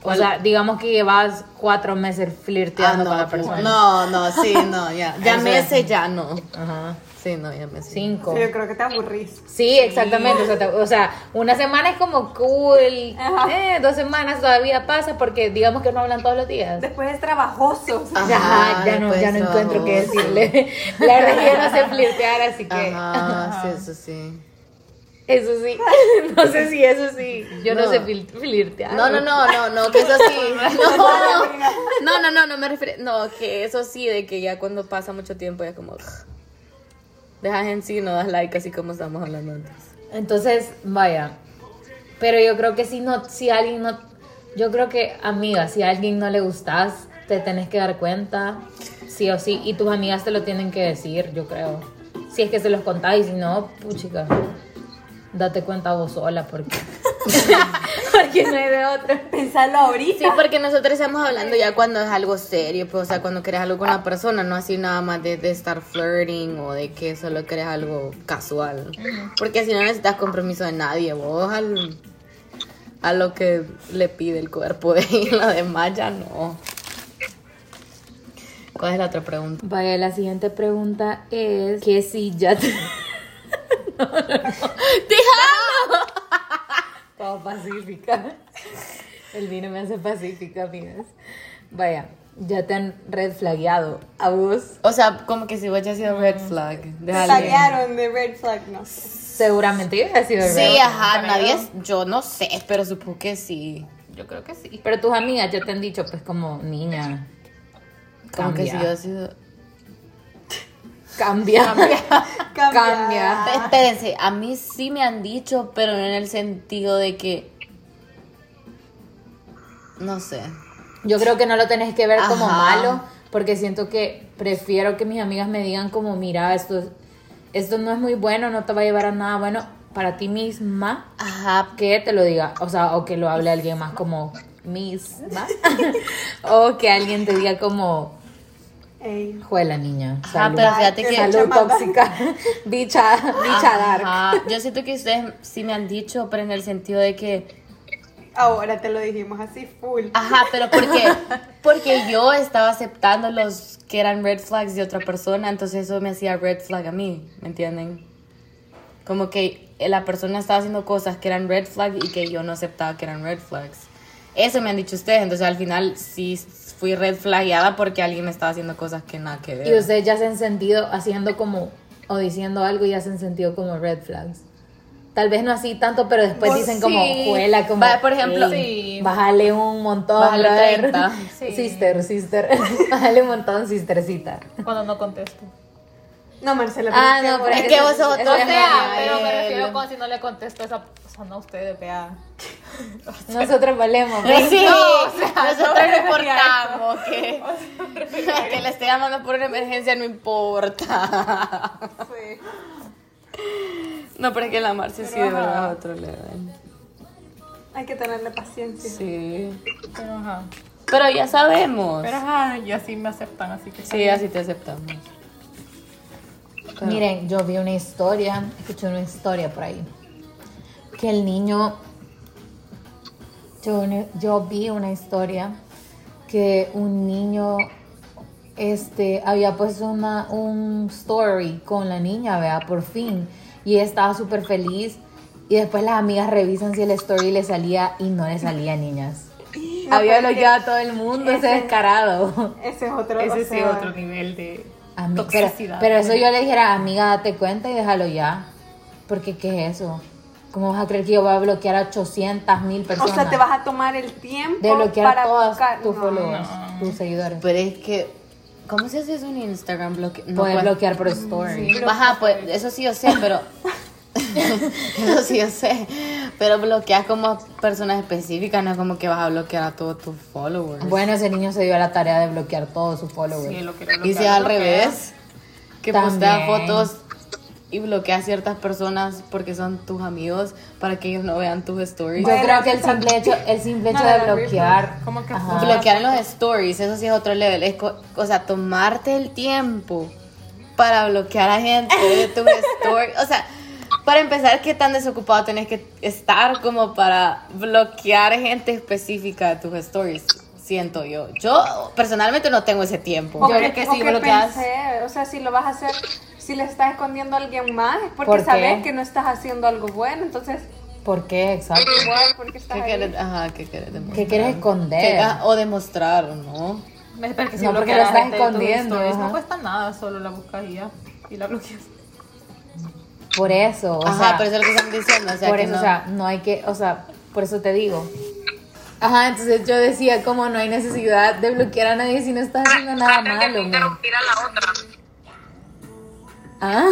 S3: O sea, digamos que llevas cuatro meses
S2: Ah,
S3: flirteando
S2: no,
S3: con la
S2: pu-
S3: persona.
S2: no, no, sí, no, ya. Ya
S3: Eso
S2: me
S3: es.
S2: sé, ya no.
S3: Ajá.
S2: Sí, no, ya me sé.
S3: Cinco.
S5: Sí, yo creo que te aburrís.
S3: Sí, exactamente. O sea, te- o sea, una semana es como cool.
S5: Ajá.
S3: eh, dos semanas todavía pasa porque digamos que no hablan todos los días.
S5: Después es trabajoso.
S2: Ajá, pues,
S3: Ajá, ya no,
S2: después
S3: ya no
S2: trabajo,
S3: encuentro qué
S2: sí.
S3: decirle. La verdad es que yo no sé flirtear, así que
S2: Ajá, sí, eso sí.
S3: eso sí. No sé si eso sí. Yo no,
S2: No.
S3: sé fil- flirtear.
S2: No, no, no, no, no, que eso sí. No, no, no, no, no, no me refiero. No, que eso sí, de que ya cuando pasa mucho tiempo ya como. ugh, Dejas en sí, no das like, así como estábamos hablando antes.
S3: Entonces, vaya. Pero yo creo que si no, si alguien no, yo creo que amiga, si a alguien no le gustas, te tenés que dar cuenta, sí o sí, y tus amigas te lo tienen que decir, yo creo. Si es que se los contáis, si no, puchica, date cuenta vos sola porque, porque no hay de otra.
S5: Pensalo ahorita.
S2: Sí, porque nosotros estamos hablando ya cuando es algo serio, pues, o sea, cuando querés algo con la persona, no así nada más de, de estar flirting o de que solo querés algo casual. Porque si no necesitas compromiso de nadie, vos al, a lo que le pide el cuerpo de y lo demás ya no. ¿Cuál es la otra pregunta?
S3: Vaya, la siguiente pregunta es que si ya te... No, no, no. Todo pacífica. El vino me hace pacífica, amigas. Vaya, ya te han red flagueado a vos.
S2: O sea, como que si vos ya has sido red flag. de
S5: Te
S2: alguien.
S5: saquearon de red flag, no sé.
S3: Seguramente yo he sido
S2: Sí,
S3: red
S2: ajá, nadie es, yo no sé, pero supongo que sí.
S1: Yo creo que sí.
S3: Pero tus amigas ya te han dicho, pues, como niña.
S2: Como que
S3: Cambia.
S2: si yo he sido...
S3: Cambia.
S5: Cambia.
S3: Cambia.
S2: Pe- Espérense, a mí sí me han dicho, pero no en el sentido de que. No sé.
S3: Yo creo que no lo tenés que ver como
S2: Ajá.
S3: malo, porque siento que prefiero que mis amigas me digan como, mira, esto, es- esto no es muy bueno, no te va a llevar a nada bueno para ti misma,
S2: Ajá.
S3: que te lo diga, o sea, o que lo hable alguien más como misma, o que alguien te diga como,
S5: Ey.
S3: juela niña,
S2: Ajá,
S3: salud,
S2: Ah, pero fíjate que-
S3: salud tóxica, bicha, bicha dark.
S2: Ajá. Yo siento que ustedes sí me han dicho, pero en el sentido de que.
S5: Ahora te lo dijimos así full.
S3: Ah.
S2: Ajá, pero porque. Porque yo estaba aceptando los que eran red flags de otra persona, entonces eso me hacía red flag a mí, ¿me entienden? Como que la persona estaba haciendo cosas que eran red flags y que yo no aceptaba que eran red flags. Eso me han dicho ustedes, entonces al final sí fui red flaggeada porque alguien me estaba haciendo cosas que nada que ver.
S3: Y ustedes ya se han sentido haciendo como, o diciendo algo, ya se han sentido como red flags. Tal vez no así tanto, pero después
S1: Pues
S3: dicen como,
S1: sí.
S3: juela, como.
S2: Va, por ejemplo,
S3: "Ey,
S1: Sí.
S3: Bájale un montón.
S2: Bájale
S3: brother".
S2: 30.
S1: Sí.
S3: Sister, sister. bájale un montón, sistercita.
S1: Cuando no contesto.
S5: No, Marcela,
S3: Ah,
S5: pero
S3: no,
S5: qué
S3: pero
S2: es
S5: bueno.
S2: que vos sos
S3: Eso
S1: O
S3: es
S1: sea,
S3: Ay,
S1: pero me
S2: él.
S1: refiero con si no le contesto a esa persona a ustedes, vea.
S3: Nosotros valemos. ¿ves?
S2: Sí, nosotros reportamos que, que le esté llamando por una emergencia, no importa.
S5: Sí.
S2: No, pero es que la Marcia sí de verdad es otro level.
S5: Hay que tenerle paciencia.
S2: Sí.
S1: Pero ajá.
S2: Pero ya sabemos.
S1: Pero ajá, y así me aceptan, así que.
S2: Sí, así te aceptamos.
S3: Miren, yo vi una historia, escuché una historia por ahí. Que el niño. Yo, ne- yo vi una historia que un niño este, había puesto una, un story con la niña, vea, por fin. Y ella estaba súper feliz. Y después las amigas revisan si el story le salía y no le salía, niñas. Había
S5: pero es que
S3: bloqueado a todo el mundo, ese
S5: ese-
S3: descarado.
S5: Ese es otro.
S1: Ese
S5: o
S1: sí
S5: sea,
S1: otro nivel de
S3: Ami- pero,
S1: toxicidad.
S3: pero eso yo le dijera, amiga, date cuenta y déjalo ya. Porque, ¿qué es eso? ¿Cómo vas a creer que yo voy a bloquear a 800 mil
S5: O
S3: personas?
S5: sea, te vas a tomar el tiempo
S3: De bloquear
S5: para
S3: a todos
S5: buscar.
S3: tus
S5: No,
S3: followers, tus seguidores.
S2: Pero es que, ¿cómo se hace eso en Instagram? Bloque Pues, no,
S3: Puedes
S2: pues-
S3: bloquear
S5: Mm,
S3: por story.
S2: Ajá, pues eso sí yo sé, pero. eso sí yo sé. Pero bloqueas como personas específicas, no es como que vas a bloquear a todos tus followers.
S3: Bueno, ese niño se dio a la tarea de bloquear todos sus followers.
S1: Sí, lo quiero
S2: y si
S1: bloquear,
S2: al
S1: lo quiero.
S2: revés, que
S3: También.
S2: posteas fotos y bloqueas ciertas personas porque son tus amigos para que ellos no vean tus stories.
S3: Yo creo que el simple hecho, el simple hecho
S5: No,
S3: de
S5: no, no,
S3: bloquear.
S1: Como que
S3: Ajá.
S2: Bloquear en los stories, eso sí es otro level. Es co- o sea, tomarte el tiempo para bloquear a gente de tus stories. O sea, Para empezar, ¿qué tan desocupado tenés que estar como para bloquear gente específica de tus stories? Siento yo. Yo personalmente no tengo ese tiempo.
S5: O
S2: yo
S5: que,
S2: creo que
S5: o
S2: sí
S5: que
S2: bloqueas.
S5: pensé, o sea, si lo vas a hacer, si le estás escondiendo a alguien más, es porque
S3: ¿Por qué?
S5: sabes que no estás haciendo algo bueno, entonces
S3: ¿Por qué? Exacto.
S5: igual porque estás
S2: ¿Qué
S5: ahí.
S2: quieres, ajá, ¿qué quieres demostrar?
S3: ¿Qué quieres esconder?
S2: ¿Qué- ah, o demostrar, ¿no?
S6: Es porque
S3: No, porque lo
S6: bloqueas
S3: estás
S6: gente de tus
S3: escondiendo,
S6: stories,
S3: ajá.
S6: No cuesta nada, solo la buscas y ya. Y la bloqueas.
S3: Por eso, o
S2: ajá,
S3: sea,
S2: pero eso es lo que están diciendo. O sea,
S3: por
S2: que
S3: eso,
S2: no.
S3: o sea, no hay que, o sea, por eso te digo. Ajá, entonces yo decía como no hay necesidad de bloquear a nadie si no estás haciendo
S2: Ah,
S3: nada
S4: Traten de no
S3: malo. man.
S4: interrumpir a la otra.
S3: Ah.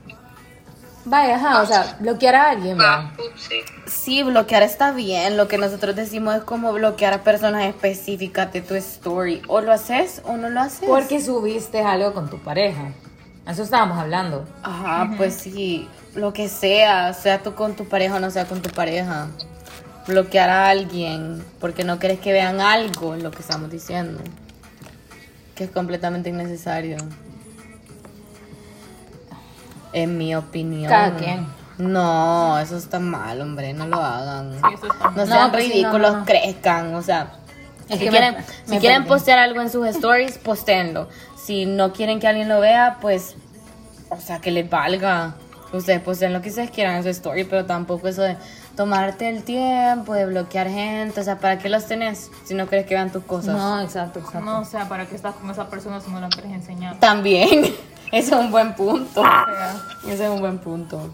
S3: Vaya, ajá, o sea, bloquear a alguien,
S4: Ah,
S3: man.
S4: ups, sí.
S2: Sí, bloquear está bien. Lo que nosotros decimos es como bloquear a personas específicas de tu story. O lo haces o no lo haces.
S3: Porque subiste algo con tu pareja. Eso estábamos hablando.
S2: Ajá, pues sí, lo que sea, sea tú con tu pareja o no sea con tu pareja. Bloquear a alguien porque no querés que vean algo, lo que estamos diciendo. Que es completamente innecesario. En mi opinión.
S3: Cada quien.
S2: No, eso está mal, hombre, no lo hagan.
S6: eso está
S2: no
S3: mal.
S2: sean
S3: No, pues sí, no,
S2: ridículos,
S3: no, no.
S2: crezcan, o sea.
S3: Es
S2: si
S3: que me-
S2: quieren,
S3: me
S2: si quieren
S3: perdí.
S2: postear algo en sus stories, postéenlo. Si no quieren que alguien lo vea, pues o sea, que les valga. Ustedes posten lo que ustedes quieran en su story, pero tampoco eso de tomarte el tiempo, de bloquear gente. O sea, ¿para qué los tenés si no crees que vean tus cosas?
S3: No, exacto, exacto.
S6: No, o sea, ¿para qué estás con esa persona si no la quieres enseñar?
S2: También, ese es un buen punto.
S6: O sea,
S2: Ese es un buen punto.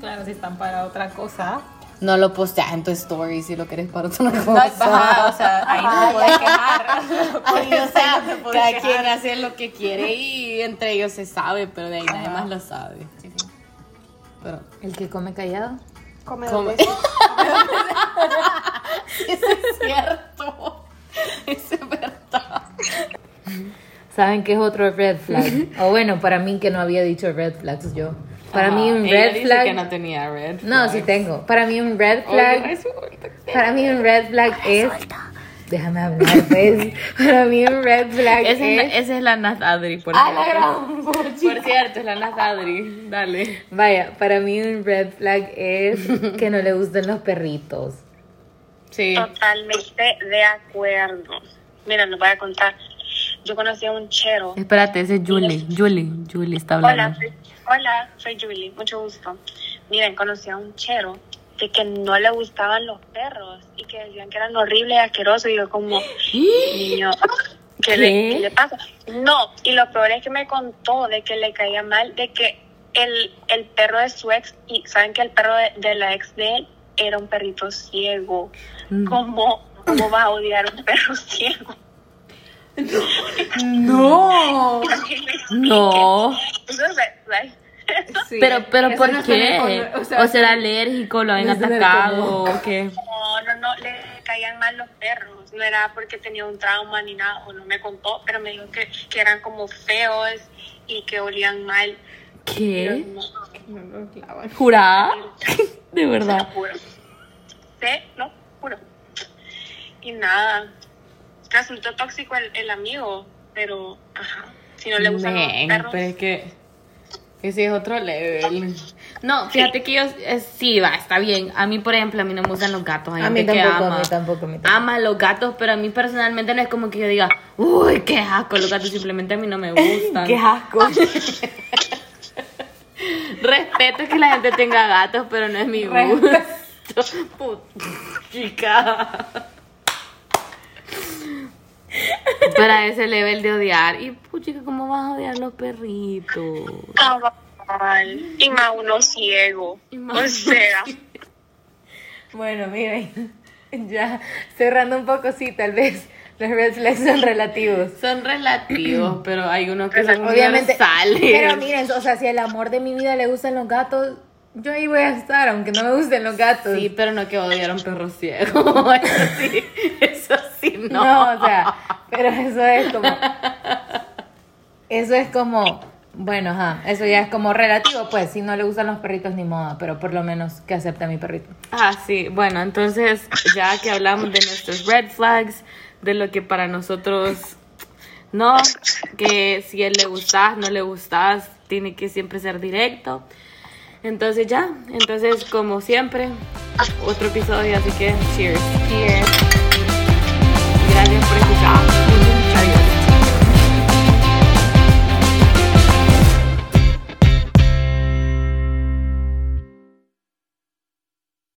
S6: claro, si están para otra cosa.
S2: No lo posteas en tu story si lo querés para otra
S6: No,
S2: cosa.
S6: ajá, o sea, ahí no te puedes quejar.
S2: Ay, o sea,
S6: No te puedes
S2: cada
S6: quejar.
S2: quien hace lo que quiere y entre ellos se sabe, pero de ahí nadie
S6: Ajá.
S2: más lo sabe. Pero
S3: El que come callado.
S5: Come
S2: Como-
S5: dos veces.
S2: eso es cierto. Eso es verdad.
S3: ¿Saben qué es otro red flag? o bueno, para mí que no había dicho red flags yo. Para
S2: Ajá,
S3: mí un
S2: ella
S3: red
S2: dice
S3: flag.
S2: que no tenía red
S3: No, sí tengo. Para mí un red flag. para mí un red flag es. Déjame hablar, pues. para mí un red flag es.
S2: esa es Ah, la Naz Adri, por
S3: ¡A la gran puchi!
S2: cierto, es la Naz Adri. Dale.
S3: Vaya, para mí un red flag es que no le gusten los perritos.
S2: Sí.
S4: Totalmente de acuerdo. Mira, les voy a contar. Yo conocí a un chero.
S2: Espérate, ese es Julie. Julie, Julie está
S4: Hola,
S2: hablando.
S4: soy, hola, soy Julie, mucho gusto. Miren, conocí a un chero de que no le gustaban los perros y que decían que eran horribles y asquerosos. Y yo como, niño, ¿qué, Le,
S2: ¿Qué?
S4: qué le pasa? No, y lo peor es que me contó de que le caía mal, de que el, el perro de su ex, y saben que el perro de, de la ex de él era un perrito ciego.
S2: Mm.
S4: ¿Cómo, ¿Cómo va a odiar un perro ciego?
S2: No. No.
S4: Entonces, ay,
S5: Sí,
S2: Pero, pero
S5: eso
S2: ¿por
S5: no es
S2: qué?
S5: tener con- o sea,
S2: O será alérgico, lo han
S3: no es tener
S2: atacado o qué.
S4: No, no, no, le caían mal los perros. No era porque tenía un trauma ni nada, o no me contó, pero me dijo que, que eran como feos y que olían mal. Pero
S2: ¿Qué?
S4: no,
S2: ¿Jurá? De
S4: se lo
S2: verdad.
S4: juro. Se lo juro. Y nada, resultó tóxico el, el amigo, pero ajá, si no le gustan
S2: Men,
S4: los perros.
S2: pero es que ese es otro level. No, fíjate que yo eh, sí va, está bien. A mí, por ejemplo, a mí no me gustan los gatos. Hay
S3: A mí
S2: gente que
S3: tampoco, a
S2: ama,
S3: mí tampoco, a mí tampoco.
S2: ama los gatos, pero a mí personalmente no es como que yo diga, uy, qué asco los gatos. Simplemente a mí no me gustan. qué asco. Respeto que la gente tenga gatos, pero no es mi gusto. Put- Chica. Para ese level de odiar. Y puchica, ¿cómo vas a odiar los perritos?
S4: Cabal, Y más uno ciego. O sea,
S3: Bueno, miren, ya cerrando un poco, sí, tal vez los red flags son relativos.
S2: Son relativos, pero hay unos que son
S3: Obviamente.
S2: universales.
S3: Pero miren, o sea, si el amor de mi vida le gustan los gatos, yo ahí voy a estar, aunque no me gusten los gatos.
S2: Sí, pero no que odiaron perros ciegos. Eso sí, eso sí, no.
S3: no. o sea, pero eso es como. Eso es como. Bueno, ajá, eso ya es como relativo, pues, si no le gustan los perritos ni moda, pero por lo menos que acepte a mi perrito.
S2: Ah, sí. Bueno, entonces, ya que hablamos de nuestros red flags, de lo que para nosotros no, que si él le gustás, no le gustás, tiene que siempre ser directo. Entonces ya, entonces como siempre, otro episodio, así que cheers. Cheers. Gracias por